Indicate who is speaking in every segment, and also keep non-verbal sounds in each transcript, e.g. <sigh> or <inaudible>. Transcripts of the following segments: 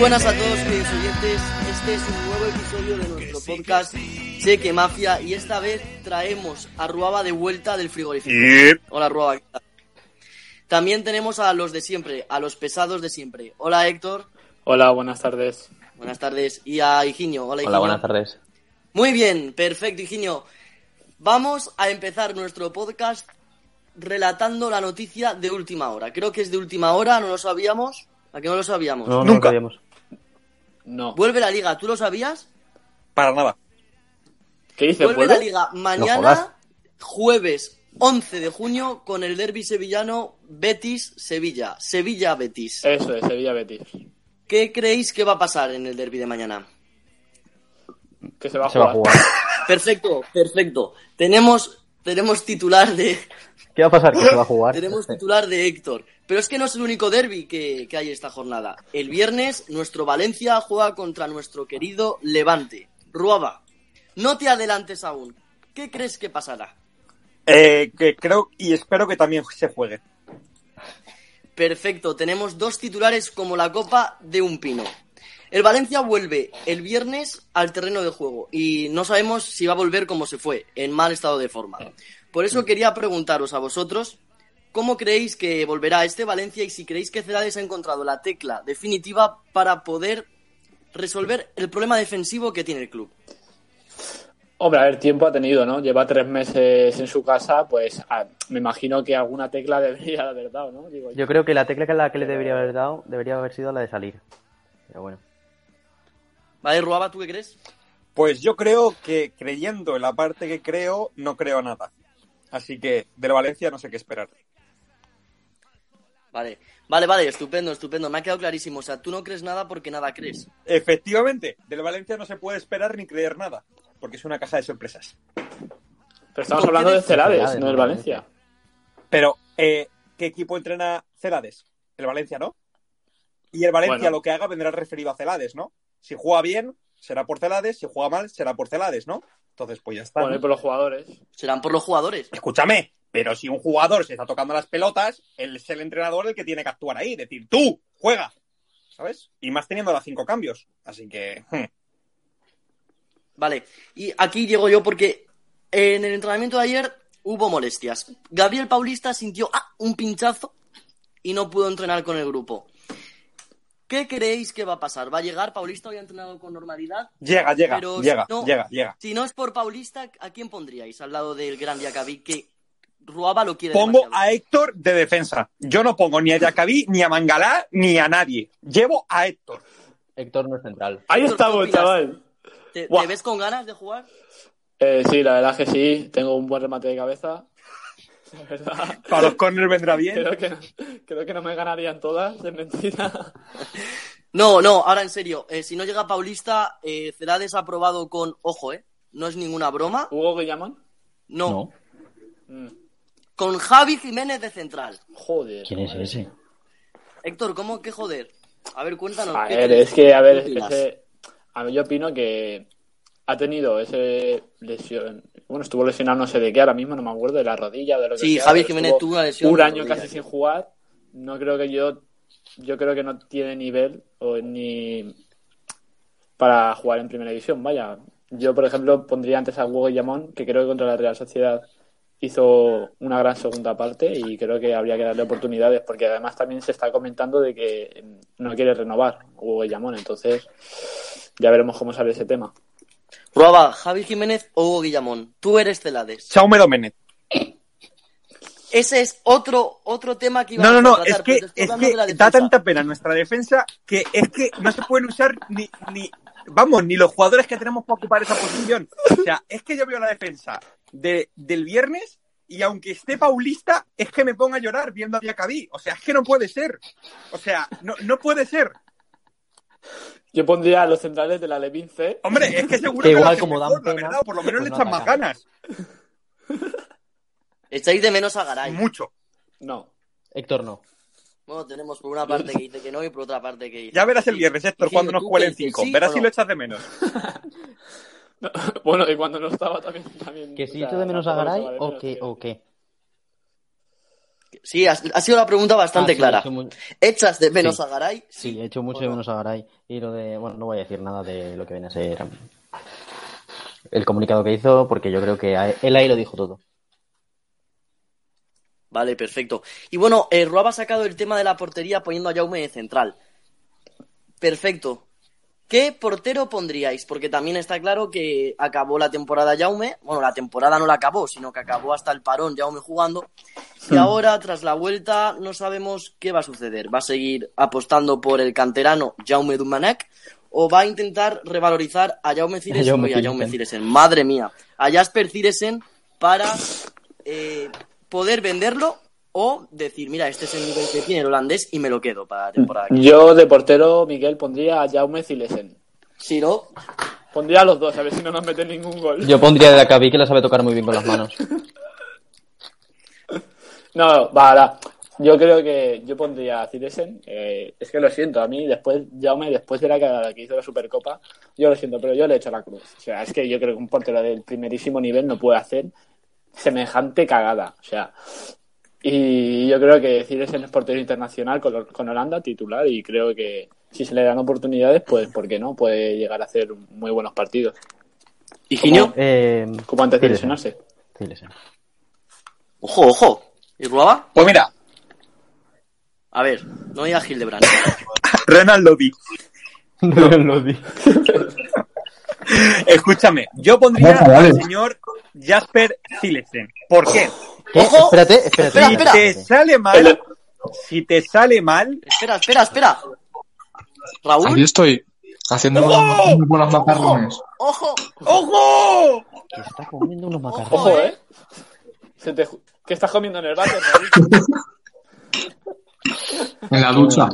Speaker 1: buenas a todos, queridos oyentes. Este es un nuevo episodio de nuestro podcast Cheque Mafia y esta vez traemos a Ruaba de vuelta del frigorífico.
Speaker 2: Yep.
Speaker 1: Hola, Ruaba. ¿qué tal? También tenemos a los de siempre, a los pesados de siempre. Hola, Héctor.
Speaker 3: Hola, buenas tardes.
Speaker 1: Buenas tardes. Y a Higinio. Hola, Higinio.
Speaker 4: Hola, buenas tardes.
Speaker 1: Muy bien, perfecto, Higinio. Vamos a empezar nuestro podcast relatando la noticia de última hora. Creo que es de última hora, no lo sabíamos. ¿A qué no lo sabíamos?
Speaker 4: No, no lo
Speaker 2: Nunca.
Speaker 4: sabíamos.
Speaker 3: No.
Speaker 1: Vuelve la liga, ¿tú lo sabías?
Speaker 2: Para nada.
Speaker 3: ¿Qué dice?
Speaker 1: Vuelve la
Speaker 3: ¿Vuelve?
Speaker 1: liga
Speaker 4: jodas.
Speaker 1: mañana, jueves 11 de junio, con el derby sevillano Betis-Sevilla. Sevilla-Betis.
Speaker 3: Eso es, Sevilla Betis.
Speaker 1: ¿Qué creéis que va a pasar en el derby de mañana?
Speaker 3: Que se va a
Speaker 4: Se
Speaker 3: jugar.
Speaker 4: va a jugar.
Speaker 1: Perfecto, perfecto. Tenemos, tenemos titular de,
Speaker 4: ¿Qué va a pasar? Que se va a jugar.
Speaker 1: Tenemos titular de Héctor. Pero es que no es el único derby que, que hay esta jornada. El viernes, nuestro Valencia juega contra nuestro querido Levante. Ruaba, no te adelantes aún. ¿Qué crees que pasará?
Speaker 2: Eh, que creo y espero que también se juegue.
Speaker 1: Perfecto, tenemos dos titulares como la copa de un pino. El Valencia vuelve el viernes al terreno de juego y no sabemos si va a volver como se fue, en mal estado de forma. Por eso quería preguntaros a vosotros cómo creéis que volverá este Valencia y si creéis que Celades ha encontrado la tecla definitiva para poder resolver el problema defensivo que tiene el club.
Speaker 3: Hombre, a ver, tiempo ha tenido, ¿no? Lleva tres meses en su casa, pues a- me imagino que alguna tecla <laughs> debería de haber dado, ¿no? Digo,
Speaker 4: Yo creo que la tecla que la que le debería haber dado debería haber sido la de salir. Pero bueno.
Speaker 1: ¿Vale, Ruaba, tú qué crees?
Speaker 2: Pues yo creo que creyendo en la parte que creo, no creo nada. Así que del Valencia no sé qué esperar.
Speaker 1: Vale, vale, vale, estupendo, estupendo, me ha quedado clarísimo. O sea, tú no crees nada porque nada crees.
Speaker 2: Efectivamente, del Valencia no se puede esperar ni creer nada, porque es una caja de sorpresas.
Speaker 3: Pero
Speaker 1: ¿Por
Speaker 3: estamos
Speaker 1: qué
Speaker 3: hablando de
Speaker 1: dices
Speaker 3: Celades,
Speaker 4: Celades,
Speaker 3: no del
Speaker 4: no?
Speaker 3: Valencia.
Speaker 2: Pero, eh, ¿qué equipo entrena Celades? El Valencia, ¿no? Y el Valencia
Speaker 3: Bueno.
Speaker 2: lo que haga vendrá referido a Celades, ¿no? Si juega bien, será por Celades, si juega mal, será por Celades, ¿no? Entonces, pues ya está.
Speaker 3: Bueno,
Speaker 2: ¿no?
Speaker 3: y por los jugadores.
Speaker 1: Serán por los jugadores.
Speaker 2: Escúchame, pero si un jugador se está tocando las pelotas, él es el entrenador el que tiene que actuar ahí, decir, tú, juega, ¿sabes? Y más teniendo las cinco cambios. Así que, hmm,
Speaker 1: Vale, y aquí llego yo porque en el entrenamiento de ayer hubo molestias. Gabriel Paulista sintió ah, un pinchazo y no pudo entrenar con el grupo. ¿Qué creéis que va a pasar? ¿Va a llegar? ¿Paulista hoy ha entrenado con normalidad?
Speaker 2: llega, llega,
Speaker 1: Pero
Speaker 2: llega,
Speaker 1: si no-
Speaker 2: llega, llega.
Speaker 1: Si no es por Paulista, ¿a quién pondríais al lado del gran Diacabí que Ruaba lo quiere
Speaker 2: Pongo
Speaker 1: demasiado?
Speaker 2: a Héctor de defensa. Yo no pongo ni a Jacabí, ni a Mangalá, ni a nadie. Llevo a Héctor.
Speaker 4: Héctor no es central.
Speaker 3: Ahí
Speaker 1: Héctor, ¿qué
Speaker 3: estamos,
Speaker 1: opinas?
Speaker 3: chaval.
Speaker 1: ¿Te,
Speaker 3: Buah.
Speaker 1: te ves con ganas de jugar?
Speaker 3: Eh, sí, la verdad es que sí, tengo un buen remate de cabeza. <laughs> La verdad.
Speaker 2: Para los corners vendrá bien.
Speaker 3: Creo que, creo que no me ganarían todas, es mentira. <laughs>
Speaker 1: No, no, ahora en serio, eh, si no llega Paulista, eh, será desaprobado con, ojo, ¿eh? No es ninguna broma,
Speaker 3: ¿Hugo Guillamón?
Speaker 1: no.
Speaker 4: No.
Speaker 3: Mm.
Speaker 1: con Javi Jiménez de central.
Speaker 3: Joder.
Speaker 4: ¿Quién es
Speaker 3: madre
Speaker 4: ese?
Speaker 1: Héctor, ¿cómo que joder? A ver, cuéntanos.
Speaker 3: A
Speaker 1: ¿qué
Speaker 3: ver,
Speaker 1: crees?
Speaker 3: es que, a ver,
Speaker 1: ¿Qué opinas?
Speaker 3: ese- a mí yo opino que ha tenido ese lesión. Bueno, estuvo lesionado no sé de qué ahora mismo, no me acuerdo, de la rodilla o de lo que
Speaker 1: Sí,
Speaker 3: sea,
Speaker 1: Javi
Speaker 3: pero
Speaker 1: Jiménez
Speaker 3: estuvo
Speaker 1: tuvo una lesión
Speaker 3: Un
Speaker 1: de
Speaker 3: año
Speaker 1: rodilla.
Speaker 3: casi sin jugar. No creo que yo. Yo creo que no tiene nivel o ni para jugar en primera división. Vaya, yo por ejemplo pondría antes a Hugo Guillamón, que creo que contra la Real Sociedad hizo una gran segunda parte y creo que habría que darle oportunidades, porque además también se está comentando de que no quiere renovar Hugo Guillamón, entonces ya veremos cómo sale ese tema.
Speaker 1: Roba, Javi Jiménez o Hugo Guillamón. Tú eres Celades.
Speaker 2: Chao, Medomenet.
Speaker 1: Ese es otro, otro tema que iba
Speaker 2: No,
Speaker 1: a
Speaker 2: no, no,
Speaker 1: tratar,
Speaker 2: es que,
Speaker 1: pero te estoy
Speaker 2: es
Speaker 1: hablando
Speaker 2: que
Speaker 1: de la
Speaker 2: da
Speaker 1: defensa.
Speaker 2: tanta pena nuestra defensa que es que no se pueden usar ni, ni, vamos, ni los jugadores que tenemos para ocupar esa posición. O sea, es que yo veo la defensa de, del viernes y aunque esté paulista, es que me pongo a llorar viendo a Diacabí. O sea, es que no puede ser. O sea, no, no puede ser.
Speaker 3: Yo pondría a los centrales de la Levin C.
Speaker 2: Hombre, es que seguro
Speaker 4: Que
Speaker 2: que, lo
Speaker 4: igual
Speaker 2: hacen
Speaker 4: como dan
Speaker 2: mejor, la
Speaker 4: pena,
Speaker 2: verdad, o por lo menos
Speaker 4: pues
Speaker 2: le
Speaker 4: no
Speaker 2: echan más
Speaker 4: atacan.
Speaker 2: ganas.
Speaker 1: Echáis de menos a Garay.
Speaker 2: Mucho.
Speaker 3: No. <laughs>
Speaker 4: Héctor no.
Speaker 1: Bueno, tenemos por una parte que dice que no y por otra parte que dice.
Speaker 2: Ya verás el
Speaker 1: sí.
Speaker 2: viernes, Héctor,
Speaker 1: Sí,
Speaker 2: cuando
Speaker 1: ¿tú
Speaker 2: nos cuelen
Speaker 1: crees que
Speaker 2: cinco.
Speaker 1: sí
Speaker 2: verás
Speaker 1: o
Speaker 2: si
Speaker 1: no?
Speaker 2: lo echas de menos.
Speaker 3: Bueno, y cuando no estaba también. también
Speaker 4: ¿Que
Speaker 3: o
Speaker 4: si
Speaker 3: sea,
Speaker 4: echo de menos a
Speaker 3: tampoco
Speaker 4: Garay
Speaker 3: echaba de
Speaker 4: o
Speaker 3: menos,
Speaker 4: qué?
Speaker 3: tío.
Speaker 4: O qué?
Speaker 1: Sí, ha, ha sido la pregunta bastante
Speaker 5: Ah, sí,
Speaker 1: clara.
Speaker 5: he hecho mu-
Speaker 1: ¿Echas de menos
Speaker 5: Sí.
Speaker 1: a Garay?
Speaker 5: Sí, he hecho mucho
Speaker 1: o
Speaker 5: de
Speaker 1: no?
Speaker 5: menos a Garay. Y lo de. Bueno, no voy a decir nada de lo que viene a ser um, el comunicado que hizo, porque yo creo que a- él ahí lo dijo todo.
Speaker 1: Vale, perfecto. Y bueno, eh, Ruaba ha sacado el tema de la portería poniendo a Jaume de central. Perfecto. ¿Qué portero pondríais? Porque también está claro que acabó la temporada Jaume. Bueno, la temporada no la acabó, sino que acabó hasta el parón Jaume jugando. Y ahora, tras la vuelta, no sabemos qué va a suceder. ¿Va a seguir apostando por el canterano Jaume Dumanac? ¿O va a intentar revalorizar a Jaume Ciresen?
Speaker 5: Jaume
Speaker 1: Oye, a Jaume
Speaker 5: Ciresen.
Speaker 1: Ciresen, madre mía. A Jasper Ciresen para eh, poder venderlo o decir, mira, este es el nivel que tiene el holandés y me lo quedo para la temporada. que-
Speaker 3: Yo de portero, Miguel, pondría a Jaume Cilesen.
Speaker 1: Si no,
Speaker 3: Pondría a los dos, a ver si no nos meten ningún gol.
Speaker 5: Yo pondría de la Cavi que la sabe tocar muy bien con las manos.
Speaker 3: No, va, va. Yo creo que yo pondría a Cilesen. eh, es que lo siento, a mí después, Jaume, después de la cagada que hizo la Supercopa, yo lo siento, pero yo le echo la cruz. O sea, es que yo creo que un portero del primerísimo nivel no puede hacer semejante cagada. O sea, y yo creo que Cilesen es portero internacional con, con Holanda, titular, y creo que si se le dan oportunidades, pues, ¿por qué no? Puede llegar a hacer muy buenos partidos,
Speaker 1: Higinio,
Speaker 5: Eh,
Speaker 3: como antes de
Speaker 5: Cilesen.
Speaker 3: lesionarse.
Speaker 5: Cilesen.
Speaker 1: ojo, ojo. ¿Y Ruaba?
Speaker 2: Pues mira,
Speaker 1: A ver, no digas Hildebrand.
Speaker 2: Ronald Lodi.
Speaker 5: Lo di.
Speaker 2: <laughs> Escúchame, yo pondría
Speaker 6: Vale, vale.
Speaker 2: al señor Jasper Silesen. ¿Por qué?
Speaker 5: ¿Qué?
Speaker 1: Ojo.
Speaker 5: Espérate, espérate.
Speaker 1: Espera,
Speaker 2: si
Speaker 1: espera.
Speaker 2: te sale mal, si te sale mal,
Speaker 1: espera, espera, espera.
Speaker 6: Aquí
Speaker 1: Raúl,
Speaker 6: estoy, haciendo
Speaker 2: ¡Ojo!
Speaker 6: unos buenos macarrones.
Speaker 1: ojo,
Speaker 2: ¡ojo!
Speaker 5: Que está comiendo unos macarrones.
Speaker 1: ojo,
Speaker 3: Ojo,
Speaker 1: eh.
Speaker 3: ¿eh? Se te ju- ¿Qué estás comiendo en el váter, Raúl?
Speaker 6: En la ducha.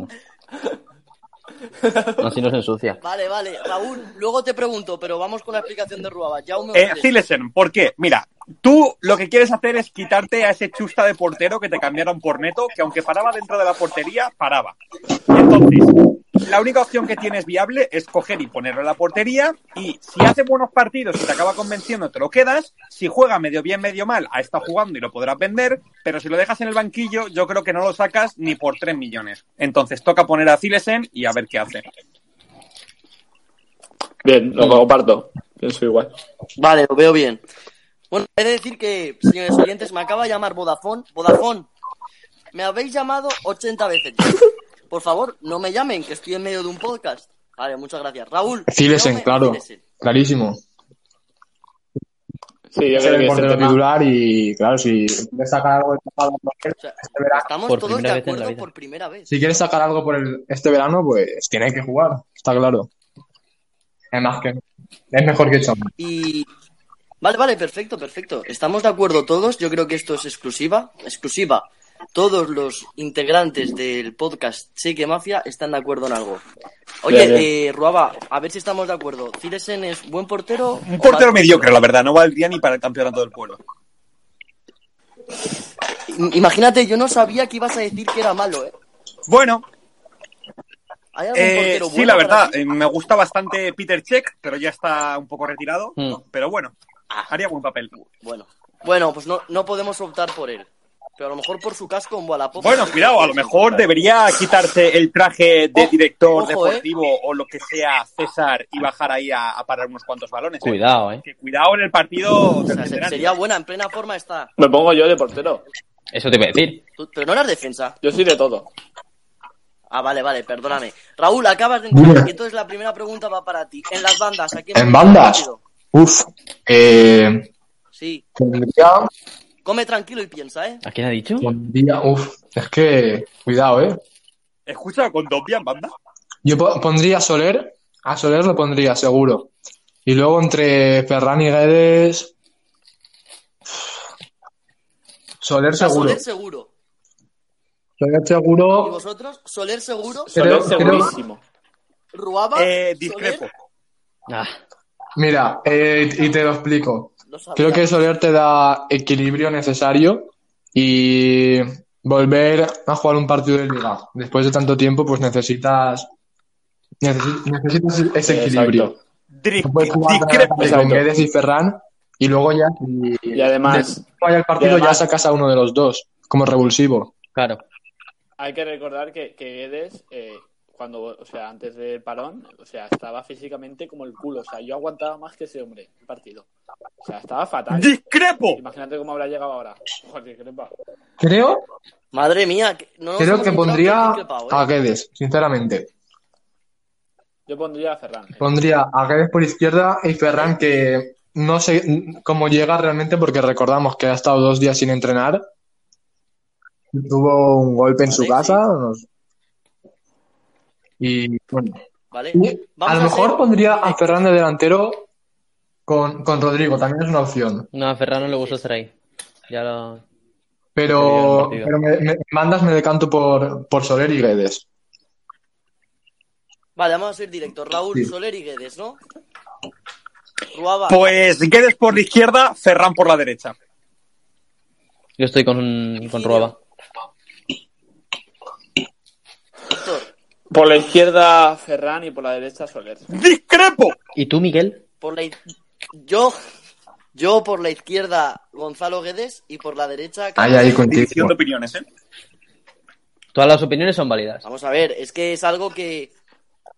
Speaker 5: Así <laughs> no se ensucia.
Speaker 1: Vale, vale, Raúl, luego te pregunto, pero vamos con la explicación de Ruaba. Jaume
Speaker 2: Eh,
Speaker 1: Rodríguez.
Speaker 2: Silesen, ¿por qué? Mira, tú lo que quieres hacer es quitarte a ese chusta de portero que te cambiaron por neto, que aunque paraba dentro de la portería, paraba. Entonces, la única opción que tienes viable es coger y ponerlo en la portería y si hace buenos partidos y te acaba convenciendo, te lo quedas. Si juega medio bien, medio mal, a está jugando y lo podrás vender, pero si lo dejas en el banquillo, yo creo que no lo sacas ni por 3 millones. Entonces, toca poner a Silesen y a ver qué hace.
Speaker 3: Bien, lo comparto. Pienso igual.
Speaker 1: Vale, lo veo bien. Bueno, he de decir que, señores oyentes, me acaba de llamar Vodafone. Vodafone, me habéis llamado 80 veces. ya. Por favor, no me llamen, que estoy en medio de un podcast. Vale, muchas gracias. Raúl.
Speaker 6: Cilesen,
Speaker 1: Jaume
Speaker 6: claro.
Speaker 1: Cilesen.
Speaker 6: Clarísimo.
Speaker 3: Sí, yo
Speaker 6: Es
Speaker 3: creo
Speaker 6: el
Speaker 3: que ese
Speaker 6: portero
Speaker 3: tema-
Speaker 6: titular y, claro, si quieres sacar algo
Speaker 1: O sea,
Speaker 6: este verano,
Speaker 1: estamos
Speaker 5: Por
Speaker 1: todos de
Speaker 5: primera vez en la
Speaker 1: acuerdo
Speaker 5: vida.
Speaker 1: por primera vez.
Speaker 6: si quieres sacar algo por el- este verano, pues tiene que jugar, está claro. Es más que es mejor que Choma.
Speaker 1: Y. Vale, vale, perfecto, perfecto. Estamos de acuerdo todos. Yo creo que esto es exclusiva. Exclusiva. Todos los integrantes del podcast Cheque Mafia están de acuerdo en algo. Oye,
Speaker 3: Bien,
Speaker 1: eh, Ruaba, a ver si estamos de acuerdo. ¿Cilesen es buen portero?
Speaker 2: Un portero
Speaker 1: Vale.
Speaker 2: mediocre, la verdad, no valdría ni para el campeonato del pueblo.
Speaker 1: I- Imagínate, yo no sabía que ibas a decir que era malo, ¿eh?
Speaker 2: Bueno,
Speaker 1: ¿Hay algún
Speaker 2: Eh,
Speaker 1: portero
Speaker 2: sí,
Speaker 1: bueno
Speaker 2: la
Speaker 1: para
Speaker 2: verdad,
Speaker 1: ti?
Speaker 2: eh, me gusta bastante Peter Check, pero ya está un poco retirado.
Speaker 5: Mm.
Speaker 2: Pero bueno,
Speaker 1: Ah.
Speaker 2: haría buen papel.
Speaker 1: Bueno, bueno, pues no, no podemos optar por él. Pero a lo mejor por su casco en Wallapop.
Speaker 2: Bueno, cuidado, a lo mejor debería quitarse el traje de
Speaker 1: Ojo,
Speaker 2: director
Speaker 1: ojo, eh.
Speaker 2: deportivo o lo que sea César y bajar ahí a, a parar unos cuantos balones. eh.
Speaker 5: Cuidado, eh.
Speaker 2: Que cuidado en el partido.
Speaker 1: O sea,
Speaker 2: del
Speaker 1: se-
Speaker 2: centenario.
Speaker 1: sería buena, en plena forma está.
Speaker 3: Me pongo yo de portero.
Speaker 5: Eso te iba a decir.
Speaker 1: Tú- Pero no eras defensa.
Speaker 3: Yo soy de todo.
Speaker 1: Ah, vale, vale, perdóname. Raúl, acabas de entrar. Entonces la primera pregunta va para ti. En las bandas, ¿a quién
Speaker 6: ¿En
Speaker 1: metes
Speaker 6: bandas?
Speaker 1: rápido?
Speaker 6: Uf, eh,
Speaker 1: Sí.
Speaker 6: pondría,
Speaker 1: Come tranquilo y piensa, ¿eh?
Speaker 5: ¿A quién ha dicho?
Speaker 6: pondría- uf, es que, cuidado, eh.
Speaker 2: Escucha, con Dobbia en banda.
Speaker 1: Ah,
Speaker 6: Yo po- pondría a Soler, a Soler lo pondría, seguro. Y luego entre Ferran y Guedes. Soler
Speaker 1: A
Speaker 6: seguro.
Speaker 1: Soler seguro.
Speaker 6: Soler
Speaker 1: ¿Y
Speaker 6: seguro.
Speaker 1: vosotros? Soler seguro.
Speaker 6: Creo-
Speaker 3: Soler segurísimo.
Speaker 1: Ruaba.
Speaker 2: Eh, discrepo.
Speaker 1: Soler,
Speaker 5: Ah,
Speaker 6: Mira, eh, y te lo explico.
Speaker 1: lo sabía.
Speaker 6: Creo que Soler te da equilibrio necesario y volver a jugar un partido de liga. Después de tanto tiempo, pues necesitas necesi- necesitas ese equilibrio.
Speaker 3: Exacto.
Speaker 2: Dri-
Speaker 6: No puedes jugar
Speaker 2: discrepo.
Speaker 6: con
Speaker 3: Exacto.
Speaker 6: Guedes y Ferran y luego ya si
Speaker 3: Y además,
Speaker 6: vaya el partido
Speaker 3: y además-
Speaker 6: ya sacas a uno de los dos. como revulsivo.
Speaker 5: Claro.
Speaker 3: Hay que recordar que, que Guedes, eh, cuando, o sea, antes del parón, o sea, estaba físicamente como el culo. O sea, yo aguantaba más que ese hombre el partido. O sea, estaba fatal.
Speaker 2: ¡Discrepo!
Speaker 3: Imagínate cómo habrá llegado ahora. Joder, crepa.
Speaker 6: Creo,
Speaker 1: Madre mía, que- no nos
Speaker 6: creo
Speaker 1: hemos
Speaker 6: que
Speaker 1: enterado
Speaker 6: pondría
Speaker 1: que es Increpao, ¿eh?
Speaker 6: a Guedes, sinceramente.
Speaker 3: Yo pondría a Ferran. eh.
Speaker 6: Pondría a Guedes por izquierda y Ferran que no sé cómo llega realmente porque recordamos que ha estado dos días sin entrenar. Tuvo un golpe en su
Speaker 1: Alexis.
Speaker 6: casa. no sé. Y bueno,
Speaker 1: ¿Vale?
Speaker 6: Y
Speaker 1: Vamos
Speaker 6: a lo
Speaker 1: a
Speaker 6: mejor
Speaker 1: hacer-
Speaker 6: pondría a Ferran de delantero con, con Rodrigo, también es una opción.
Speaker 5: No, a Ferran no le gusta estar ahí. Ya lo.
Speaker 6: Pero,
Speaker 5: Qué bien,
Speaker 6: pero me, me- mandas me decanto por, por Soler y Guedes.
Speaker 1: Vale, vamos a ser directos. Raúl,
Speaker 6: Sí.
Speaker 1: Soler y Guedes, ¿no? Ruaba,
Speaker 2: Pues Guedes por la izquierda, Ferran por la derecha.
Speaker 5: Yo estoy con, con Ruaba.
Speaker 1: Víctor,
Speaker 3: Por la izquierda Ferran y por la derecha Soler.
Speaker 2: ¡Discrepo!
Speaker 5: ¿Y tú, Miguel?
Speaker 1: por la... iz- Yo... Yo por la izquierda Gonzalo Guedes y por la derecha...
Speaker 6: Ahí, ahí
Speaker 2: División
Speaker 6: contigo.
Speaker 2: de opiniones, ¿eh?
Speaker 5: Todas las opiniones son válidas.
Speaker 1: Vamos a ver, es que es algo que...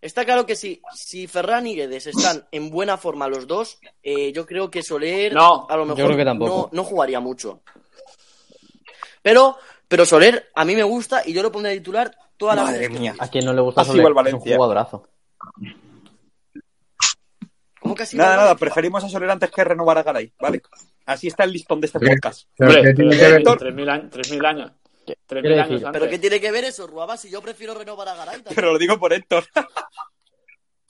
Speaker 1: Está claro que si, si Ferran y Guedes están en buena forma los dos, eh, yo creo que Soler
Speaker 3: No,
Speaker 1: a lo mejor
Speaker 5: creo que tampoco.
Speaker 1: No, no jugaría mucho. Pero, pero Soler a mí me gusta y yo lo pondré a titular toda la
Speaker 2: Madre mía.
Speaker 5: ¿A quien no le
Speaker 1: Ah,
Speaker 5: gusta
Speaker 2: Así va el
Speaker 5: Soler? Es un
Speaker 2: Valencia.
Speaker 5: jugadorazo.
Speaker 1: ¿Cómo casi
Speaker 2: Nada, nada, preferimos a Soler antes que renovar a Garay, ¿vale. Así está el listón de este
Speaker 6: Bien.
Speaker 2: podcast.
Speaker 3: Hombre, eh,
Speaker 6: Pero que tiene que
Speaker 3: pero-
Speaker 6: ver-
Speaker 2: Héctor.
Speaker 3: 3.000 años. 3.000 años.
Speaker 5: ¿Qué
Speaker 3: 3.000
Speaker 5: quiere
Speaker 3: años
Speaker 5: decir?
Speaker 3: antes.
Speaker 1: ¿Pero qué tiene que ver eso, Ruaba? Si yo prefiero renovar a Garay. también.
Speaker 2: Pero lo digo por Héctor.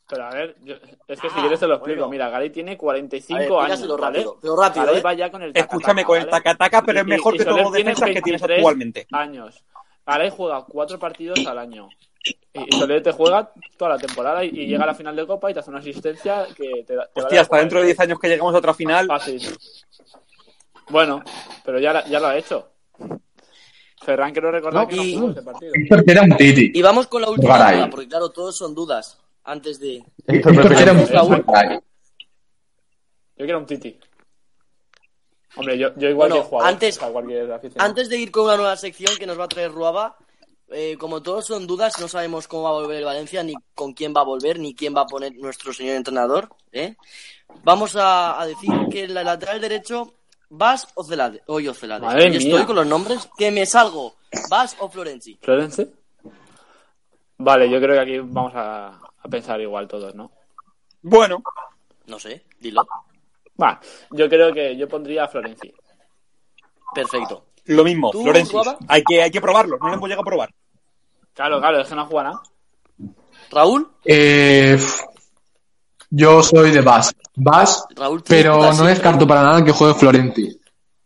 Speaker 3: Pero a ver, yo- es
Speaker 2: Ah,
Speaker 3: que si quieres te lo explico.
Speaker 1: bueno.
Speaker 3: Mira, Gary tiene
Speaker 1: A ver,
Speaker 3: 45 años,
Speaker 1: explícaselo
Speaker 3: ¿vale?
Speaker 1: rápido, pero rápido,
Speaker 3: Garay
Speaker 1: ¿eh?
Speaker 3: va ya con el
Speaker 2: Escúchame
Speaker 3: taca-taca,
Speaker 2: con el
Speaker 3: ¿vale?
Speaker 2: taca-taca, pero es
Speaker 3: Y-
Speaker 2: mejor
Speaker 3: y
Speaker 2: que todos
Speaker 3: Soler
Speaker 2: los
Speaker 3: tiene
Speaker 2: defensas que tienes
Speaker 3: 23
Speaker 2: actualmente.
Speaker 3: años. Garay juega cuatro partidos al año. Y y Soler te juega toda la temporada y, y llega a la final de Copa y te hace una asistencia que te, da- te
Speaker 2: Hostia, hasta dentro de 10 años que llegamos a otra final.
Speaker 3: Fácil. Bueno, pero ya, la- ya lo ha hecho. Ferran, quiero recordar
Speaker 1: No,
Speaker 3: que no
Speaker 1: y-
Speaker 3: jugó ese partido.
Speaker 6: Héctor que era un titi.
Speaker 1: Y vamos con la última
Speaker 6: Garay.
Speaker 1: duda, porque claro, todos son dudas. Antes de.
Speaker 6: Héctor que era un
Speaker 1: Es la
Speaker 6: titi.
Speaker 3: Yo quiero un Titi. Hombre, yo, yo igual
Speaker 1: Bueno,
Speaker 3: que jugador,
Speaker 1: antes-
Speaker 3: o sea, cualquier aficionado.
Speaker 1: Antes de ir con una nueva sección que nos va a traer Ruaba, eh, como todos son dudas, no sabemos cómo va a volver el Valencia, ni con quién va a volver, ni quién va a poner nuestro señor entrenador. ¿eh? Vamos a, a decir que en la lateral derecho, Vas o Celade. Hoy o Celade.
Speaker 3: Madre
Speaker 1: Hoy
Speaker 3: mía.
Speaker 1: estoy con los nombres que me salgo. Vas o Florenzi.
Speaker 3: ¿Florence? Vale, yo creo que aquí vamos a, a pensar igual todos, ¿no?
Speaker 2: Bueno,
Speaker 1: No sé, dilo.
Speaker 3: Va, yo creo que yo pondría a Florenzi.
Speaker 1: Perfecto.
Speaker 2: lo mismo,
Speaker 1: ¿Tú,
Speaker 2: Florencio.
Speaker 1: Guava?
Speaker 2: Hay que, hay que probarlo, no lo hemos llegado a probar.
Speaker 3: Claro, claro, es que no juega nada.
Speaker 1: Raúl,
Speaker 6: Eh, yo soy de Bas. Bas,
Speaker 1: Raúl, tiene
Speaker 6: pero
Speaker 1: dudas
Speaker 6: no
Speaker 1: siempre.
Speaker 6: descarto para nada que juegue Florenti.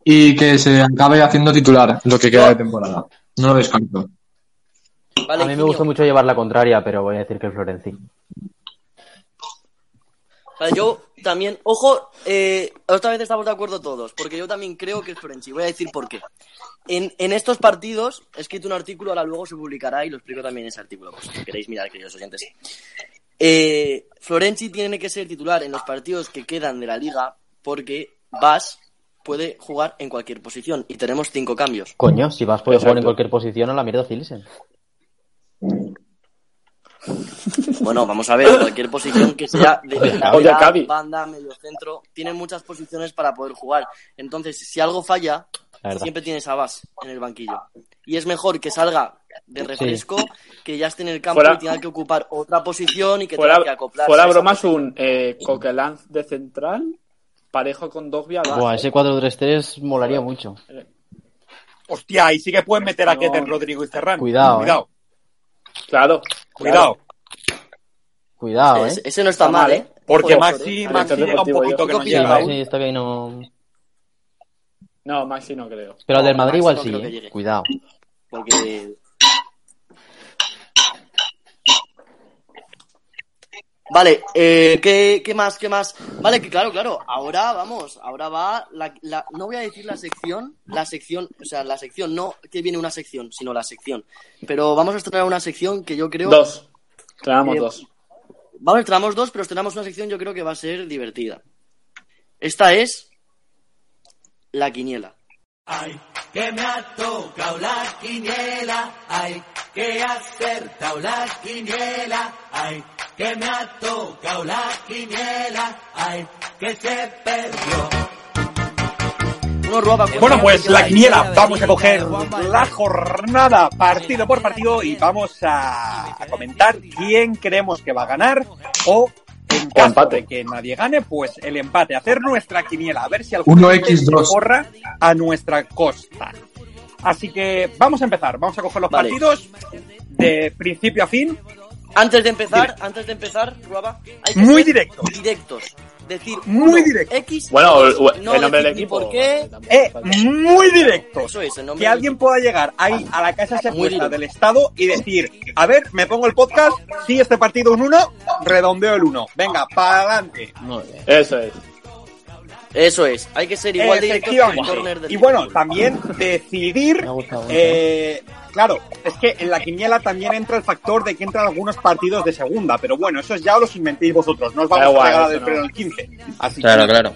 Speaker 6: Y que se acabe haciendo titular lo que queda de temporada. No lo descarto.
Speaker 1: Vale,
Speaker 5: a mí me
Speaker 1: Higinio.
Speaker 5: gusta mucho llevar la contraria, pero voy a decir que Florenzi.
Speaker 1: Vale, yo también, ojo, eh, otra vez estamos de acuerdo todos, porque yo también creo que es Florenzi. Voy a decir por qué. En, en estos partidos he escrito un artículo, ahora luego se publicará y lo explico también en ese artículo, pues, si queréis mirar, queridos oyentes. Eh, Florenzi tiene que ser titular en los partidos que quedan de la liga, porque Vas puede jugar en cualquier posición y tenemos cinco cambios.
Speaker 5: Coño, si vas puedes jugar en
Speaker 3: Exacto.
Speaker 5: cualquier posición, a la mierda Filsen.
Speaker 1: Bueno, vamos a ver, cualquier posición que sea de
Speaker 3: Oye,
Speaker 1: lateral,
Speaker 3: Cavi.
Speaker 1: banda, medio centro, tienen muchas posiciones para poder jugar. Entonces, si algo falla,
Speaker 5: La verdad.
Speaker 1: siempre tienes a Bas en el banquillo. Y es mejor que salga de refresco, que ya esté en el campo
Speaker 3: Fuera-
Speaker 1: y tenga que ocupar otra posición y que
Speaker 3: Fuera,
Speaker 1: tenga que acoplarse.
Speaker 3: fuera
Speaker 1: a esa
Speaker 3: bromas,
Speaker 1: posición.
Speaker 3: un eh, Coquelin de central, parejo con Dogbia. va.
Speaker 5: Buah, ese 4-3-3 molaría mucho.
Speaker 2: Hostia, ahí sí que puedes meter a
Speaker 3: No.
Speaker 2: Keter, Rodrigo y Ferran.
Speaker 5: Cuidado, eh.
Speaker 2: cuidado,
Speaker 3: Claro,
Speaker 2: cuidado.
Speaker 5: Cuidado,
Speaker 1: Ese,
Speaker 5: ¿eh?
Speaker 1: ese no está,
Speaker 3: Está
Speaker 1: mal,
Speaker 3: mal,
Speaker 1: ¿eh?
Speaker 2: Porque
Speaker 1: Joder,
Speaker 2: Maxi,
Speaker 1: joder.
Speaker 3: al
Speaker 2: Maxi
Speaker 3: Inter
Speaker 2: llega un
Speaker 3: Deportivo
Speaker 2: poquito
Speaker 1: yo.
Speaker 2: que no
Speaker 1: ¿Tú qué
Speaker 2: llega.
Speaker 1: opinas,
Speaker 2: ¿eh?
Speaker 5: Sí, está bien, no...
Speaker 3: no, Maxi no creo.
Speaker 5: Pero al del
Speaker 1: No, Maxi
Speaker 5: Madrid igual
Speaker 1: no
Speaker 5: sí,
Speaker 1: creo que
Speaker 5: ¿eh?
Speaker 1: llegue.
Speaker 5: Cuidado.
Speaker 1: Porque... Vale, eh, ¿qué, qué más? ¿Qué más? Vale, que claro, claro. Ahora vamos, ahora va la, la- no voy a decir la sección, la sección, o sea, la sección, no que viene una sección, sino la sección. Pero vamos a estrenar una sección que yo creo
Speaker 3: Dos. Tenemos
Speaker 1: Eh,
Speaker 3: dos.
Speaker 1: Vamos, tenemos dos, pero tenemos una sección yo creo que va a ser divertida. Esta es la quiniela.
Speaker 7: que me ha tocado la quiniela, ay, que ha acertado la quiniela, ay, que me ha tocado la quiniela, ay, que se perdió.
Speaker 1: Uno roba cuatro.
Speaker 2: Bueno, pues la quiniela, vamos a coger la jornada partido por partido y vamos a, a comentar quién creemos que va a ganar o en caso
Speaker 3: empate.
Speaker 2: de que nadie gane, pues el empate, hacer nuestra quiniela, a ver si alguno
Speaker 6: 1x2.
Speaker 2: se corra a nuestra costa. Así que vamos a empezar, vamos a coger los
Speaker 1: Vale.
Speaker 2: partidos de principio a fin,
Speaker 1: Antes de empezar, antes de empezar, Ruaba, hay que
Speaker 2: muy
Speaker 1: ser
Speaker 2: directo.
Speaker 1: directos. Decir
Speaker 2: Muy
Speaker 1: uno,
Speaker 2: directo.
Speaker 1: X.
Speaker 3: Bueno,
Speaker 1: dos,
Speaker 3: o- o el
Speaker 1: no
Speaker 3: nombre del
Speaker 1: decir ni
Speaker 3: equipo.
Speaker 1: ¿Por qué?
Speaker 3: Tampoco
Speaker 2: Eh,
Speaker 3: falta.
Speaker 2: muy directos.
Speaker 1: Eso es, el nombre.
Speaker 2: que alguien pueda llegar ahí a la casa
Speaker 1: Ah, Muy
Speaker 2: secuestra
Speaker 1: duro.
Speaker 2: del Estado y decir, a ver, me pongo el podcast, si este partido es un 1, redondeo el 1. Venga, para adelante.
Speaker 3: Eso es.
Speaker 1: Eso es, hay que ser igual de directos que el corner
Speaker 2: Efectivamente.
Speaker 1: del
Speaker 2: Y bueno,
Speaker 1: Liverpool.
Speaker 2: también decidir,
Speaker 5: Me ha gustado.
Speaker 2: eh, claro, es que en la quiniela también entra el factor de que entran algunos partidos de segunda, pero bueno, eso ya los inventéis vosotros, no os vamos
Speaker 3: Da igual,
Speaker 2: a
Speaker 3: eso
Speaker 2: regalar del freno
Speaker 3: no.
Speaker 2: el 15. Así
Speaker 8: Claro,
Speaker 2: que,
Speaker 8: claro.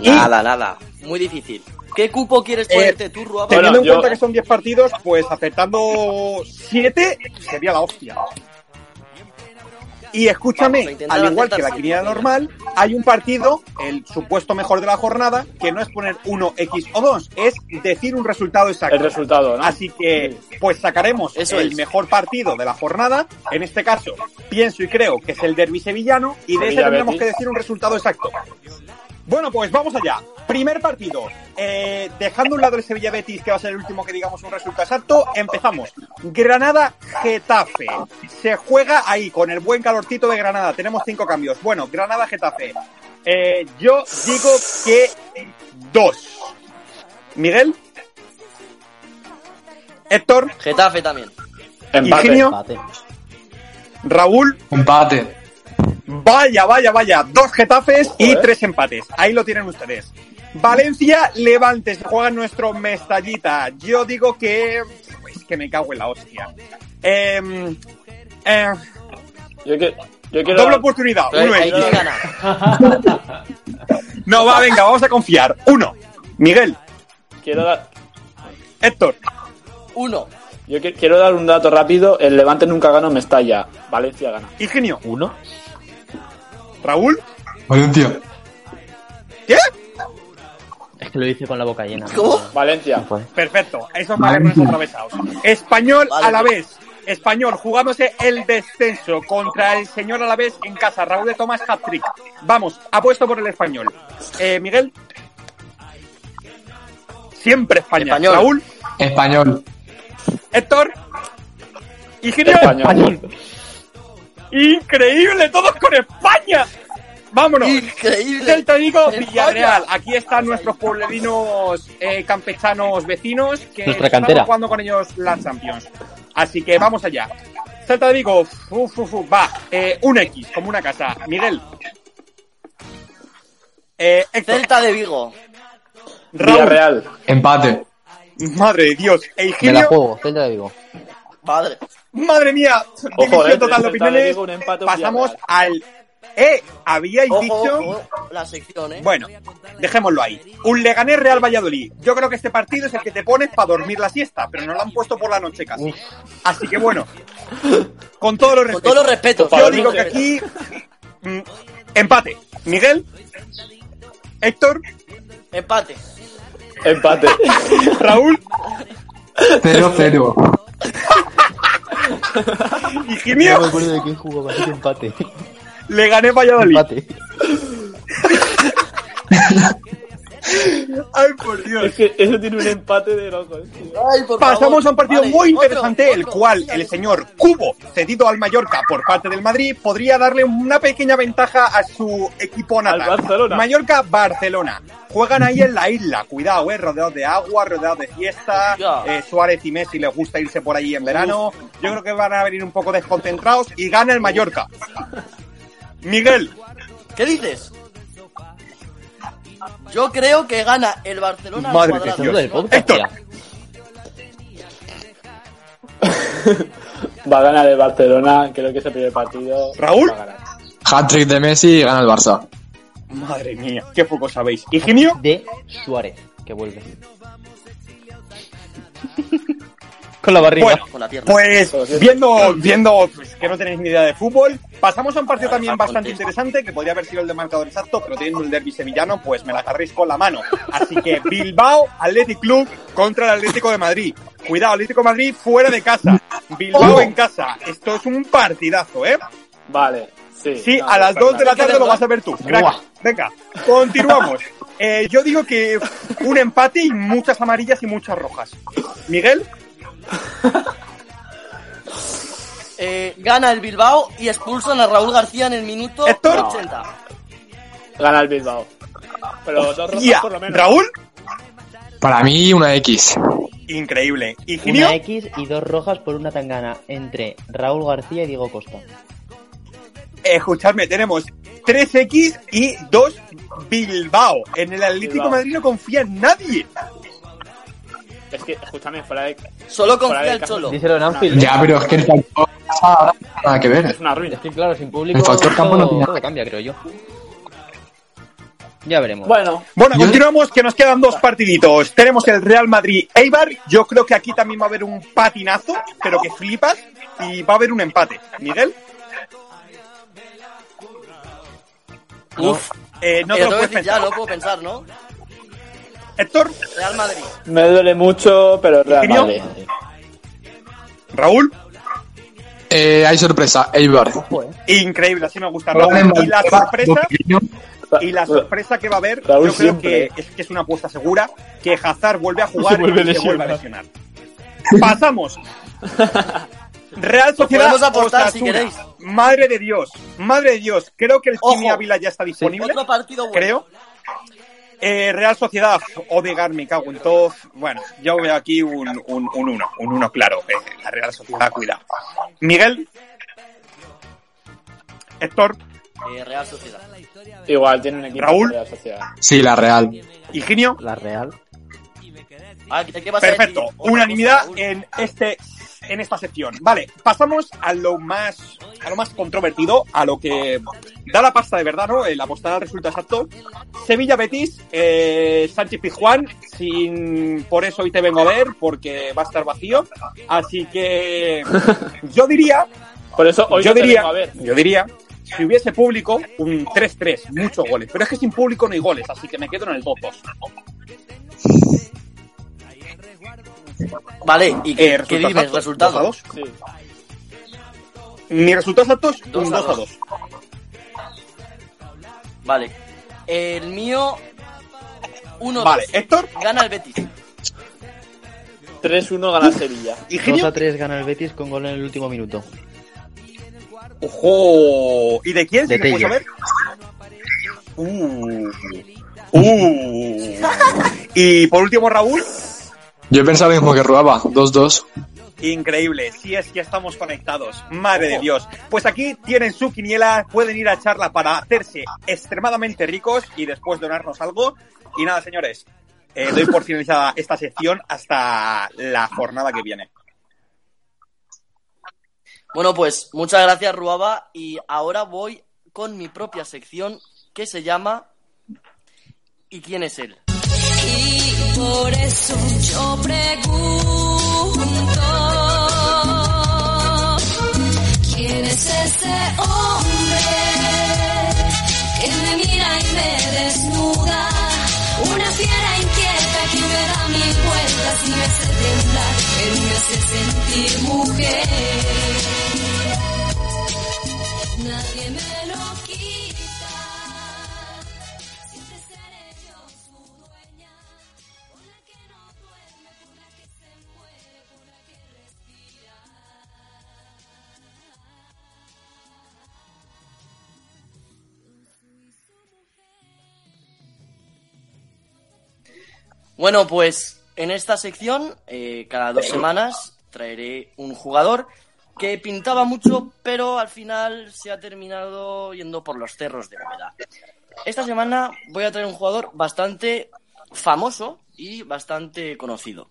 Speaker 2: Y-
Speaker 1: Nada, nada. Muy difícil. ¿Qué cupo quieres
Speaker 2: Eh,
Speaker 1: ponerte tú, Ruaba?
Speaker 2: Teniendo
Speaker 3: Bueno,
Speaker 2: en
Speaker 3: yo-
Speaker 2: cuenta que son 10 partidos, pues acertando 7 sería la hostia. Y
Speaker 1: Vamos a
Speaker 2: escúchame,
Speaker 1: intentar
Speaker 2: al igual
Speaker 1: acertar
Speaker 2: que la
Speaker 1: siete.
Speaker 2: quiniela normal, hay un partido, el supuesto mejor de la jornada, que no es poner 1x o 2, es decir un resultado exacto. Ah,
Speaker 3: El resultado, ¿no?
Speaker 2: Así que, pues sacaremos
Speaker 1: Eso
Speaker 2: el
Speaker 1: es.
Speaker 2: mejor partido de la jornada. En este caso, pienso y creo que es el derby sevillano. Y de ese
Speaker 3: Sevilla-Betis.
Speaker 2: tendremos que decir un resultado exacto. Bueno, pues vamos allá. Primer partido. Eh, dejando a un lado el Sevilla Betis, que va a ser el último que digamos un resultado exacto, empezamos. Granada Getafe. Se juega ahí con el buen calorcito de Granada. Tenemos cinco cambios. Bueno, Granada Getafe. Eh, yo digo que dos. Miguel. Héctor.
Speaker 1: Getafe también.
Speaker 3: Empate.
Speaker 2: Ingenio.
Speaker 5: Empate.
Speaker 2: Raúl,
Speaker 6: Empate.
Speaker 2: vaya, vaya, vaya, dos getafes y
Speaker 3: Joder.
Speaker 2: tres empates. Ahí lo tienen ustedes. Valencia, Levante, se juega nuestro mestallita. Yo digo que... Es que me cago en la hostia. Em, eh,
Speaker 3: Yo, que- yo quiero.
Speaker 2: doble oportunidad.
Speaker 1: Pero
Speaker 2: Uno
Speaker 1: hay
Speaker 2: es-
Speaker 1: que ganar.
Speaker 2: <laughs> No, va, venga, vamos a confiar. Uno. Miguel,
Speaker 3: quiero dar-
Speaker 2: Héctor,
Speaker 1: Uno.
Speaker 3: yo que- quiero dar un dato rápido. El Levante nunca gana en Mestalla. Valencia gana.
Speaker 2: Higinio,
Speaker 5: ¿Uno?
Speaker 2: Raúl.
Speaker 6: Valencia.
Speaker 2: ¿Qué?
Speaker 5: Es que lo hice con la boca llena.
Speaker 1: ¿Cómo?
Speaker 3: Valencia.
Speaker 2: Perfecto, esos malernos atravesados. Español
Speaker 1: Vale.
Speaker 2: a la vez. Español jugándose el descenso contra el señor a la vez en casa. Raúl de Tomás Hat-Trick. Vamos, apuesto por el español. Eh, Miguel. Siempre español.
Speaker 1: Español.
Speaker 2: Raúl,
Speaker 6: Español.
Speaker 2: Héctor. Higinio.
Speaker 3: Español.
Speaker 2: Increíble, todos con España. Vámonos.
Speaker 1: Increíble.
Speaker 2: Celta Vigo,
Speaker 1: España.
Speaker 2: Villarreal. Aquí están nuestros pueblerinos eh, campechanos vecinos que
Speaker 5: Nuestra
Speaker 2: estamos
Speaker 5: cantera.
Speaker 2: jugando con ellos la Champions. Así que vamos allá. Celta de Vigo, fu, fu, fu, va, eh, un X, como una casa. Miguel. Eh, Héctor,
Speaker 1: Celta de Vigo.
Speaker 2: Raúl.
Speaker 3: Villarreal.
Speaker 6: Empate.
Speaker 2: Madre de Dios. E
Speaker 5: Me la
Speaker 2: Higinio,
Speaker 5: juego, Celta de Vigo.
Speaker 1: Madre.
Speaker 2: madre mía.
Speaker 3: Ojo,
Speaker 2: División
Speaker 3: eh,
Speaker 2: total de
Speaker 3: Celta de
Speaker 2: opiniones.
Speaker 3: Vigo, un empate, un
Speaker 2: Pasamos
Speaker 3: Villarreal.
Speaker 2: al... Eh, habíais
Speaker 1: Ojo,
Speaker 2: dicho...
Speaker 1: ojo, la sección, ¿eh?
Speaker 2: Bueno, dejémoslo ahí. Un Leganés Real Valladolid. Yo creo que este partido es el que te pones para dormir la siesta, pero no lo han puesto por la noche casi. Así que bueno, con todos los
Speaker 1: Con
Speaker 2: respetos,
Speaker 1: todos los respetos.
Speaker 3: Por
Speaker 2: yo
Speaker 3: favor,
Speaker 2: digo que aquí mm, empate. Miguel, Héctor,
Speaker 1: Empate.
Speaker 2: <laughs>
Speaker 3: Empate.
Speaker 2: Raúl
Speaker 6: 0-0.
Speaker 2: y
Speaker 5: No
Speaker 2: Jimio.
Speaker 5: me acuerdo de quién jugó, así que empate.
Speaker 2: Leganés Valladolid.
Speaker 5: <laughs> Empate.
Speaker 2: Ay, por Dios.
Speaker 3: es que eso tiene un empate de locos. tío.
Speaker 1: Ay, por
Speaker 2: Pasamos
Speaker 1: favor.
Speaker 2: a un partido
Speaker 1: Vale,
Speaker 2: muy
Speaker 1: otro,
Speaker 2: interesante, el
Speaker 1: otro.
Speaker 2: cual
Speaker 1: Mira,
Speaker 2: el señor Cubo, cedido al Mallorca por parte del Madrid, podría darle una pequeña ventaja a su equipo
Speaker 3: Al
Speaker 2: natal.
Speaker 3: Barcelona.
Speaker 2: Mallorca-Barcelona. Juegan ahí en la isla, cuidado, eh, rodeados de agua, rodeados de fiesta.
Speaker 1: Ya.
Speaker 2: Eh, Suárez y Messi les gusta irse por ahí en verano. Yo creo que van a venir un poco desconcentrados y gana el Mallorca. Miguel,
Speaker 1: ¿Qué dices? Yo creo que gana el Barcelona. al
Speaker 2: Madre de
Speaker 1: cuadrado.
Speaker 5: Saludo del podcast,
Speaker 2: Héctor.
Speaker 5: tía.
Speaker 3: Va a ganar el Barcelona. Creo que es el primer partido.
Speaker 2: Raúl.
Speaker 3: Va a ganar.
Speaker 6: Hat-trick de Messi y gana el Barça.
Speaker 2: madre mía, qué poco sabéis. Higinio,
Speaker 5: De Suárez, que vuelve. Con la barriga.
Speaker 2: Bueno,
Speaker 1: con la pierna.
Speaker 2: Pues viendo, viendo pues, que no tenéis ni idea de fútbol, pasamos a un partido también bastante interesante, que podría haber sido el de marcador exacto, pero teniendo el derby sevillano, pues me la agarréis con la mano. Así
Speaker 3: <laughs>
Speaker 2: que Bilbao Athletic Club contra el Atlético de Madrid. Cuidado, Atlético de Madrid fuera de casa. Bilbao en casa. Esto es un partidazo, ¿eh?
Speaker 3: Vale, sí.
Speaker 2: Sí,
Speaker 3: no,
Speaker 2: a las 2 de la
Speaker 3: Fernando.
Speaker 2: tarde lo vas a ver tú. crack.
Speaker 5: Buah.
Speaker 2: Venga, continuamos. Eh, yo digo que un empate y muchas amarillas y muchas rojas. Miguel,
Speaker 1: Eh, gana el Bilbao y expulsan a Raúl García en el minuto
Speaker 2: Héctor.
Speaker 1: 80.
Speaker 3: Gana el Bilbao. Pero dos rojas
Speaker 2: ya.
Speaker 3: por lo menos.
Speaker 2: Raúl,
Speaker 6: Para mí, una X.
Speaker 2: increíble. Y
Speaker 5: Una
Speaker 2: Ginio,
Speaker 5: X y dos rojas por una tangana entre Raúl García y Diego Costa.
Speaker 2: escuchadme, tenemos 3X y 2 Bilbao. En el Atlético
Speaker 3: Bilbao.
Speaker 2: de Madrid no confía en nadie.
Speaker 3: Es que, escúchame, fuera
Speaker 2: <laughs>
Speaker 3: de.
Speaker 1: Solo
Speaker 3: Fuera
Speaker 1: confía
Speaker 3: de
Speaker 1: el
Speaker 3: casa.
Speaker 1: Cholo.
Speaker 5: Díselo en Anfield. ¿eh?
Speaker 6: Ya, pero es que el factor casa ahora no tiene nada que ver.
Speaker 3: Es una
Speaker 5: Es
Speaker 3: ruina.
Speaker 5: que claro, sin público
Speaker 6: El factor campo no
Speaker 5: todo-
Speaker 6: tiene-
Speaker 5: todo cambia, creo yo. Ya veremos.
Speaker 3: Bueno,
Speaker 2: Bueno,
Speaker 6: Yo-
Speaker 2: continuamos, que nos quedan dos partiditos. Tenemos el Real Madrid Eibar. Yo creo que aquí también va a haber un patinazo, pero que flipas. Y va a haber un empate. Miguel,
Speaker 1: Uf,
Speaker 2: eh, no
Speaker 1: Eh,
Speaker 2: te
Speaker 1: tengo que
Speaker 2: lo puedes
Speaker 1: decir ya,
Speaker 2: pensar.
Speaker 1: no puedo pensar, ¿no?
Speaker 2: Héctor,
Speaker 1: Real Madrid.
Speaker 3: me duele mucho, pero Real
Speaker 2: Ingenio.
Speaker 3: Madrid.
Speaker 2: Raúl,
Speaker 6: Eh, hay sorpresa, Eibar.
Speaker 2: increíble, así me gusta.
Speaker 6: Lo ganan
Speaker 2: Raúl. Y la
Speaker 6: Mallorca,
Speaker 2: sorpresa.
Speaker 6: Boquillo.
Speaker 2: Y la sorpresa que va a haber,
Speaker 3: Raúl
Speaker 2: yo creo
Speaker 3: siempre.
Speaker 2: que es, que es una apuesta segura, que Hazard vuelve a
Speaker 3: <laughs>
Speaker 2: jugar
Speaker 3: Se vuelve
Speaker 2: y se vuelve a lesionar. Pasamos.
Speaker 1: <laughs>
Speaker 2: Real Sociedad
Speaker 1: podemos apostar si
Speaker 2: Osasuna.
Speaker 1: queréis.
Speaker 2: Madre de Dios, madre de Dios. Creo que el Jimmy
Speaker 1: Ojo.
Speaker 2: Ávila ya está disponible,
Speaker 1: Otro partido bueno.
Speaker 2: creo. Eh, Real Sociedad, Odegar, me cago en todo. Bueno, yo veo aquí un 1, un 1, un uno claro. eh, la Real Sociedad, cuidado. Miguel. Héctor
Speaker 1: Eh, Real Sociedad.
Speaker 3: Igual tiene un equipo
Speaker 2: Raúl.
Speaker 3: de la sociedad.
Speaker 6: Sí, la Real.
Speaker 2: y Ginio.
Speaker 5: La Real.
Speaker 1: Ah, ¿de qué vas a decir?
Speaker 2: Perfecto,
Speaker 1: Otra cosa,
Speaker 2: unanimidad
Speaker 1: Raúl.
Speaker 2: en este en esta sección. Vale, pasamos a lo más a lo más controvertido, a lo que da la pasta de verdad, ¿no? El apostar al resultado exacto. Sevilla Betis, eh, Sánchez Pizjuán, sin por eso hoy te vengo a ver porque va a estar vacío, así que yo diría,
Speaker 3: Por eso <laughs> hoy
Speaker 2: yo
Speaker 3: no te
Speaker 2: diría,
Speaker 3: vengo a ver.
Speaker 2: yo diría si hubiese público, un 3-3, muchos goles. Pero es que sin público no hay goles, así que me quedo en el 2-2.
Speaker 1: Vale, ¿y qué,
Speaker 2: Eh,
Speaker 1: qué
Speaker 2: resultados
Speaker 1: dices?
Speaker 2: exactos,
Speaker 1: ¿Resultado?
Speaker 2: 2 a 2.
Speaker 3: Sí.
Speaker 2: Mi resultado exacto es
Speaker 1: Dos
Speaker 2: un
Speaker 1: a
Speaker 2: 2 a
Speaker 1: dos.
Speaker 2: 2.
Speaker 1: Vale. El mío... 1
Speaker 2: Vale, Héctor
Speaker 1: Gana el Betis.
Speaker 3: 3-1 gana
Speaker 2: <laughs>
Speaker 3: Sevilla.
Speaker 2: y
Speaker 5: 2 a
Speaker 2: Ginio.
Speaker 5: 3 gana el Betis con gol en el último minuto.
Speaker 2: ¡Ojo! ¿Y de quién? Si
Speaker 5: De
Speaker 2: lo puedo
Speaker 5: Tello.
Speaker 2: saber. Uh. Uh. <laughs> y por último, Raúl.
Speaker 6: Yo pensaba mismo que robaba, 2-2.
Speaker 2: Increíble, si es que estamos conectados, madre de Dios. Pues aquí tienen su quiniela, pueden ir a charla para hacerse extremadamente ricos y después donarnos algo. Y nada, señores, eh, doy por finalizada esta sección hasta la jornada que viene.
Speaker 1: Bueno, pues muchas gracias, Ruaba. Y ahora voy con mi propia sección que se llama ¿Y quién es él?
Speaker 8: Y por eso yo pregunto, ¿quién es este hombre que me mira y me desnuda? Una fiera inquieta que me da mil vueltas y me hace temblar, él me hace sentir mujer. Nadie me lo quita. Siempre seré yo su dueña, una que no duerme, una que se mueve, una que respira.
Speaker 1: Bueno, pues en esta sección, eh, cada dos semanas, traeré un jugador que pintaba mucho, pero al final se ha terminado yendo por los cerros de Úbeda. Esta semana voy a traer un jugador bastante famoso y bastante conocido.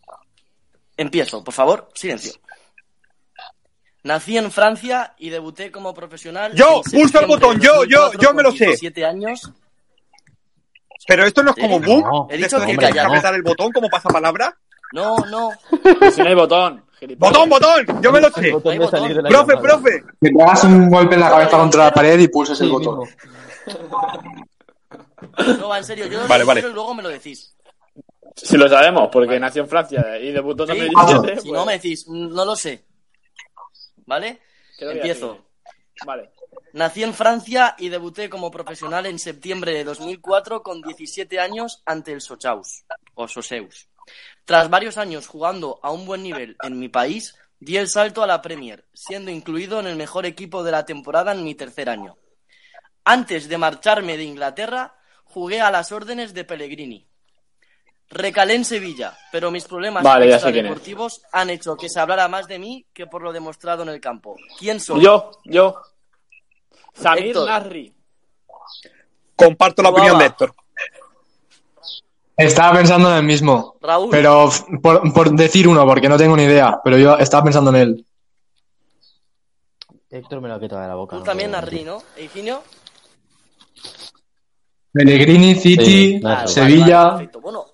Speaker 1: Empiezo, por favor, silencio. Nací en Francia y debuté como profesional.
Speaker 2: Yo,
Speaker 1: en
Speaker 2: pulsa el
Speaker 1: septiembre
Speaker 2: botón,
Speaker 1: de
Speaker 2: yo, yo,
Speaker 1: 2004
Speaker 2: yo me lo
Speaker 1: con
Speaker 2: sé.
Speaker 1: 17 años.
Speaker 2: Pero esto no es como
Speaker 1: Sí,
Speaker 2: boom.
Speaker 5: Eh, no.
Speaker 1: He
Speaker 2: de
Speaker 1: dicho
Speaker 2: esto de
Speaker 1: que
Speaker 2: que tienes que
Speaker 1: callado.
Speaker 2: apretar el botón como pasapalabra.
Speaker 1: No, no,
Speaker 3: Pues Si no hay botón. gilipollas.
Speaker 2: ¡Botón, botón! ¡Yo me lo sé!
Speaker 5: Botón
Speaker 1: Hay
Speaker 5: de
Speaker 1: botón.
Speaker 5: salir de la
Speaker 2: ¡Profe,
Speaker 5: llamada.
Speaker 2: profe!
Speaker 6: Que te hagas un golpe en la cabeza contra la pared y pulses
Speaker 5: Sí,
Speaker 6: el botón.
Speaker 5: mismo.
Speaker 1: No, va, en serio, yo
Speaker 2: Vale,
Speaker 1: vale,
Speaker 2: vale.
Speaker 1: y luego me lo decís.
Speaker 3: Si lo sabemos, porque nació en Francia y debutó en
Speaker 1: Sí,
Speaker 3: 2017.
Speaker 1: Si no me decís, mm, no lo sé. ¿Vale?
Speaker 3: creo que
Speaker 1: Empiezo.
Speaker 3: ya sigue. Vale.
Speaker 1: Nací en Francia y debuté como profesional en septiembre de 2004 con 17 años ante el Sochaus, o Soseus. Tras varios años jugando a un buen nivel en mi país, di el salto a la Premier, siendo incluido en el mejor equipo de la temporada en mi tercer año. Antes de marcharme de Inglaterra, jugué a las órdenes de Pellegrini. Recalé en Sevilla, pero mis problemas
Speaker 3: Vale, ya sé quién es.
Speaker 1: deportivos han hecho que se hablara más de mí que por lo demostrado en el campo. ¿Quién soy?
Speaker 3: Yo, yo. Samir
Speaker 1: Héctor.
Speaker 3: Nasri.
Speaker 2: Comparto la opinión
Speaker 1: Guava.
Speaker 2: de Héctor.
Speaker 6: Estaba pensando en el mismo.
Speaker 1: Raúl.
Speaker 6: Pero f- por, por decir uno, porque no tengo ni idea. Pero yo estaba pensando en él.
Speaker 5: Héctor me lo ha quitado de la boca.
Speaker 1: Tú
Speaker 5: no
Speaker 1: también,
Speaker 5: puedo
Speaker 1: Narri,
Speaker 5: mentir.
Speaker 1: ¿no? Eugenio.
Speaker 6: Pellegrini, City,
Speaker 5: Sí, Ah,
Speaker 1: vale,
Speaker 6: Sevilla.
Speaker 1: vale, perfecto. Bueno,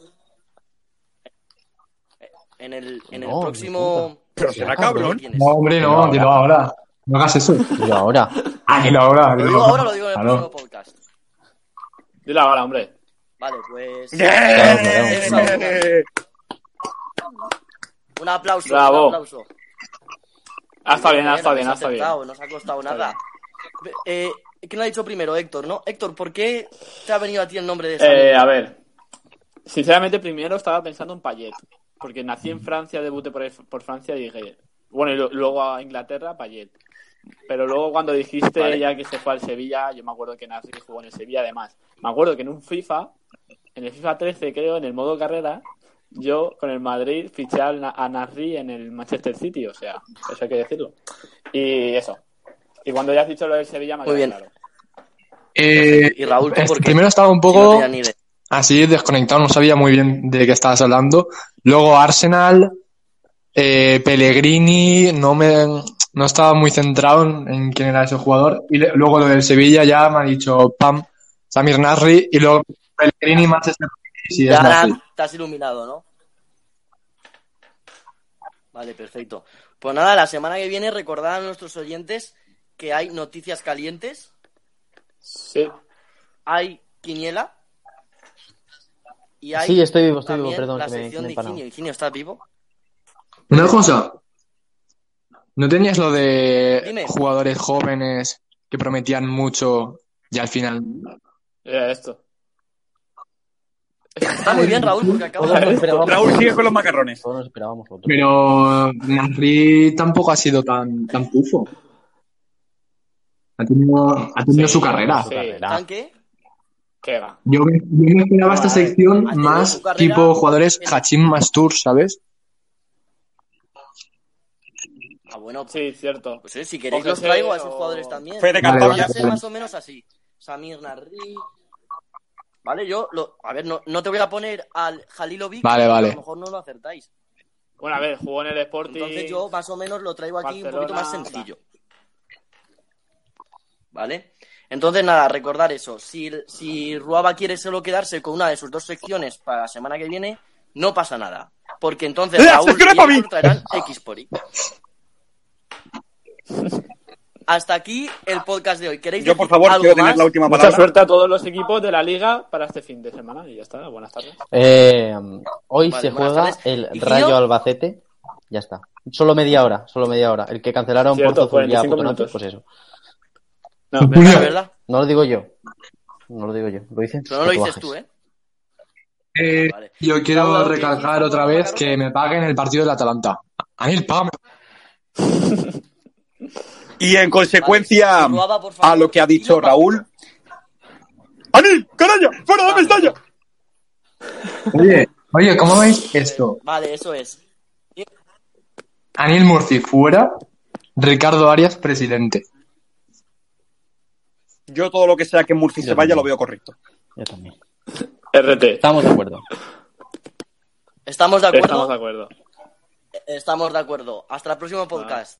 Speaker 1: eh, en el, en el
Speaker 5: No,
Speaker 1: próximo. Ah,
Speaker 2: Pero será cabrón.
Speaker 1: ¿Quién es?
Speaker 6: No, hombre, no, dilo ahora. No hagas eso.
Speaker 5: Y yo ahora.
Speaker 6: Ah, dilo ahora.
Speaker 1: Lo
Speaker 6: dilo
Speaker 1: digo ahora o lo digo en el
Speaker 6: Claro.
Speaker 1: próximo podcast.
Speaker 3: Dile ahora, hombre.
Speaker 1: Vale, pues.
Speaker 5: Claro, claro.
Speaker 2: Eh,
Speaker 1: Un aplauso.
Speaker 3: Bravo.
Speaker 1: Un aplauso.
Speaker 3: Hasta Ah, bien, hasta bien,
Speaker 1: nos ha
Speaker 3: hasta bien.
Speaker 1: acertado, nos ha costado nada. Eh, ¿Quién ha dicho primero, Héctor? ¿No? Héctor, ¿por qué te ha venido a ti el nombre de Samir?
Speaker 3: Eh, a ver. Sinceramente, primero estaba pensando en Payet. Porque nací
Speaker 1: Mm.
Speaker 3: en Francia, debuté por, por Francia y dije. Bueno, y lo- luego a Inglaterra, Payet. Pero luego cuando dijiste
Speaker 1: Vale.
Speaker 3: ya que se fue al Sevilla, yo me acuerdo que Nasri jugó en el Sevilla además. Me acuerdo que en un FIFA, en el FIFA 13 creo, en el modo carrera, yo con el Madrid fiché al Na- a Nasri en el Manchester City, o sea, eso hay que decirlo. Y eso. Y cuando ya has dicho lo del Sevilla, me ha
Speaker 1: Muy
Speaker 3: quedado
Speaker 1: bien.
Speaker 3: claro.
Speaker 6: Eh,
Speaker 1: ¿Y Raúl, tú
Speaker 6: este,
Speaker 1: por qué?
Speaker 6: primero estaba un
Speaker 1: Si no
Speaker 6: poco
Speaker 1: tenía ni idea.
Speaker 6: así desconectado, no sabía muy bien de qué estabas hablando. Luego Arsenal, eh, Pellegrini, no me no estaba muy centrado en, en quién era ese jugador. Y le- luego lo del Sevilla ya me ha dicho Pam, Samir Nasri y luego Pellegrini, Manchester City. Sí, es
Speaker 1: Ya
Speaker 6: Nasri.
Speaker 1: te has iluminado, ¿no? Vale, perfecto. Pues nada, la semana que viene recordad a nuestros oyentes que hay noticias calientes,
Speaker 3: Sí.
Speaker 1: hay quiniela y hay
Speaker 5: Sí, estoy vivo, estoy
Speaker 1: también
Speaker 5: vivo, perdón.
Speaker 1: la
Speaker 5: que me-
Speaker 1: sección
Speaker 5: me he
Speaker 1: de
Speaker 5: empanado.
Speaker 1: Higinio. Higinio, ¿estás vivo?
Speaker 6: Una cosa. ¿No tenías lo de
Speaker 1: Dime.
Speaker 6: jugadores jóvenes que prometían mucho y al final?
Speaker 3: Era eh, esto.
Speaker 1: Está muy bien, Raúl, porque acabo
Speaker 5: Todos nos
Speaker 1: de...
Speaker 5: esperábamos-
Speaker 2: Raúl sigue con los macarrones.
Speaker 5: Todos nos esperábamos otro.
Speaker 6: Pero Nasri tampoco ha sido tan, tan pufo. Ha tenido, ha tenido
Speaker 3: Sí,
Speaker 6: su carrera.
Speaker 5: Su
Speaker 3: sí.
Speaker 5: carrera.
Speaker 1: ¿Tan qué?
Speaker 3: Que va.
Speaker 6: Yo me, yo me esperaba esta
Speaker 3: Vale.
Speaker 6: sección
Speaker 1: Ha tenido
Speaker 6: más
Speaker 1: su carrera.
Speaker 6: tipo jugadores Hachim Mastur, ¿sabes?
Speaker 1: Ah, bueno,
Speaker 3: Sí, cierto.
Speaker 1: pues eh, si queréis
Speaker 3: Ojo,
Speaker 1: los traigo a
Speaker 3: sí,
Speaker 1: esos
Speaker 3: o-
Speaker 1: jugadores también.
Speaker 2: Fede
Speaker 6: Vale,
Speaker 1: Van
Speaker 2: Cataluña.
Speaker 1: a ser más o menos así. Samir Narri. Vale, yo, lo- a ver, no, no te voy a poner al Jalilovic.
Speaker 6: Vale,
Speaker 1: porque
Speaker 6: vale.
Speaker 1: A lo mejor no lo acertáis.
Speaker 3: Bueno, a ver, jugó en el Sporting.
Speaker 1: Entonces yo más o menos lo traigo aquí un poquito
Speaker 3: Barcelona,
Speaker 1: más sencillo. ¿Vale? Entonces nada, recordar eso. Si, si Ruaba quiere solo quedarse con una de sus dos secciones para la semana que viene, no pasa nada. Porque entonces
Speaker 2: ¡Eh,
Speaker 1: Raúl
Speaker 2: secciones
Speaker 1: y
Speaker 2: para mí!
Speaker 1: Héctor traerán X por Y. Hasta aquí el podcast de hoy. ¿Queréis
Speaker 2: Yo, por
Speaker 1: decir
Speaker 2: favor,
Speaker 1: algo
Speaker 2: quiero tener
Speaker 1: más?
Speaker 2: la última
Speaker 3: Mucha
Speaker 2: palabra.
Speaker 3: suerte a todos los equipos de la liga para este fin de semana. Y ya está, buenas tardes.
Speaker 5: Eh, hoy
Speaker 1: Vale,
Speaker 5: se
Speaker 1: buenas
Speaker 5: juega
Speaker 1: tardes.
Speaker 5: el
Speaker 1: ¿Y
Speaker 5: Rayo
Speaker 1: Gio?
Speaker 5: Albacete. Ya está. Solo media hora, solo media hora. El que cancelaron
Speaker 3: Cierto,
Speaker 5: por Zuzul ya
Speaker 3: 45
Speaker 5: Potonato,
Speaker 3: minutos.
Speaker 5: pues eso.
Speaker 3: No,
Speaker 6: Julio.
Speaker 3: venga,
Speaker 1: Ah,
Speaker 3: <laughs>
Speaker 1: ¿verdad?
Speaker 5: No lo digo yo. No lo digo yo. Lo dicen.
Speaker 1: Pero no lo dices
Speaker 5: tatuajes.
Speaker 1: tú, ¿eh?
Speaker 6: Eh,
Speaker 1: Vale.
Speaker 6: yo
Speaker 1: Raúl,
Speaker 6: quiero
Speaker 1: ¿qué-
Speaker 6: recalcar
Speaker 1: qué-
Speaker 6: otra vez que me paguen el partido del Atalanta. A mí el pago me
Speaker 2: Y en consecuencia
Speaker 1: Vale, Ruaba, por favor,
Speaker 2: a lo que ha dicho
Speaker 1: dilo, Pablo.
Speaker 2: Raúl. ¡Ani! ¡Canalla! ¡Fuera de
Speaker 1: Vale.
Speaker 2: Mestalla!
Speaker 6: Oye, oye, ¿cómo veis esto?
Speaker 1: Vale, eso es.
Speaker 6: Anil Murci fuera, Ricardo Arias presidente.
Speaker 2: Yo todo lo que sea que Murphy se
Speaker 5: Yo
Speaker 2: vaya
Speaker 5: también.
Speaker 2: lo veo correcto.
Speaker 5: Yo también.
Speaker 3: RT.
Speaker 5: Estamos de acuerdo.
Speaker 1: ¿Estamos de acuerdo?
Speaker 3: Estamos de acuerdo.
Speaker 1: Estamos de acuerdo. Hasta el próximo podcast.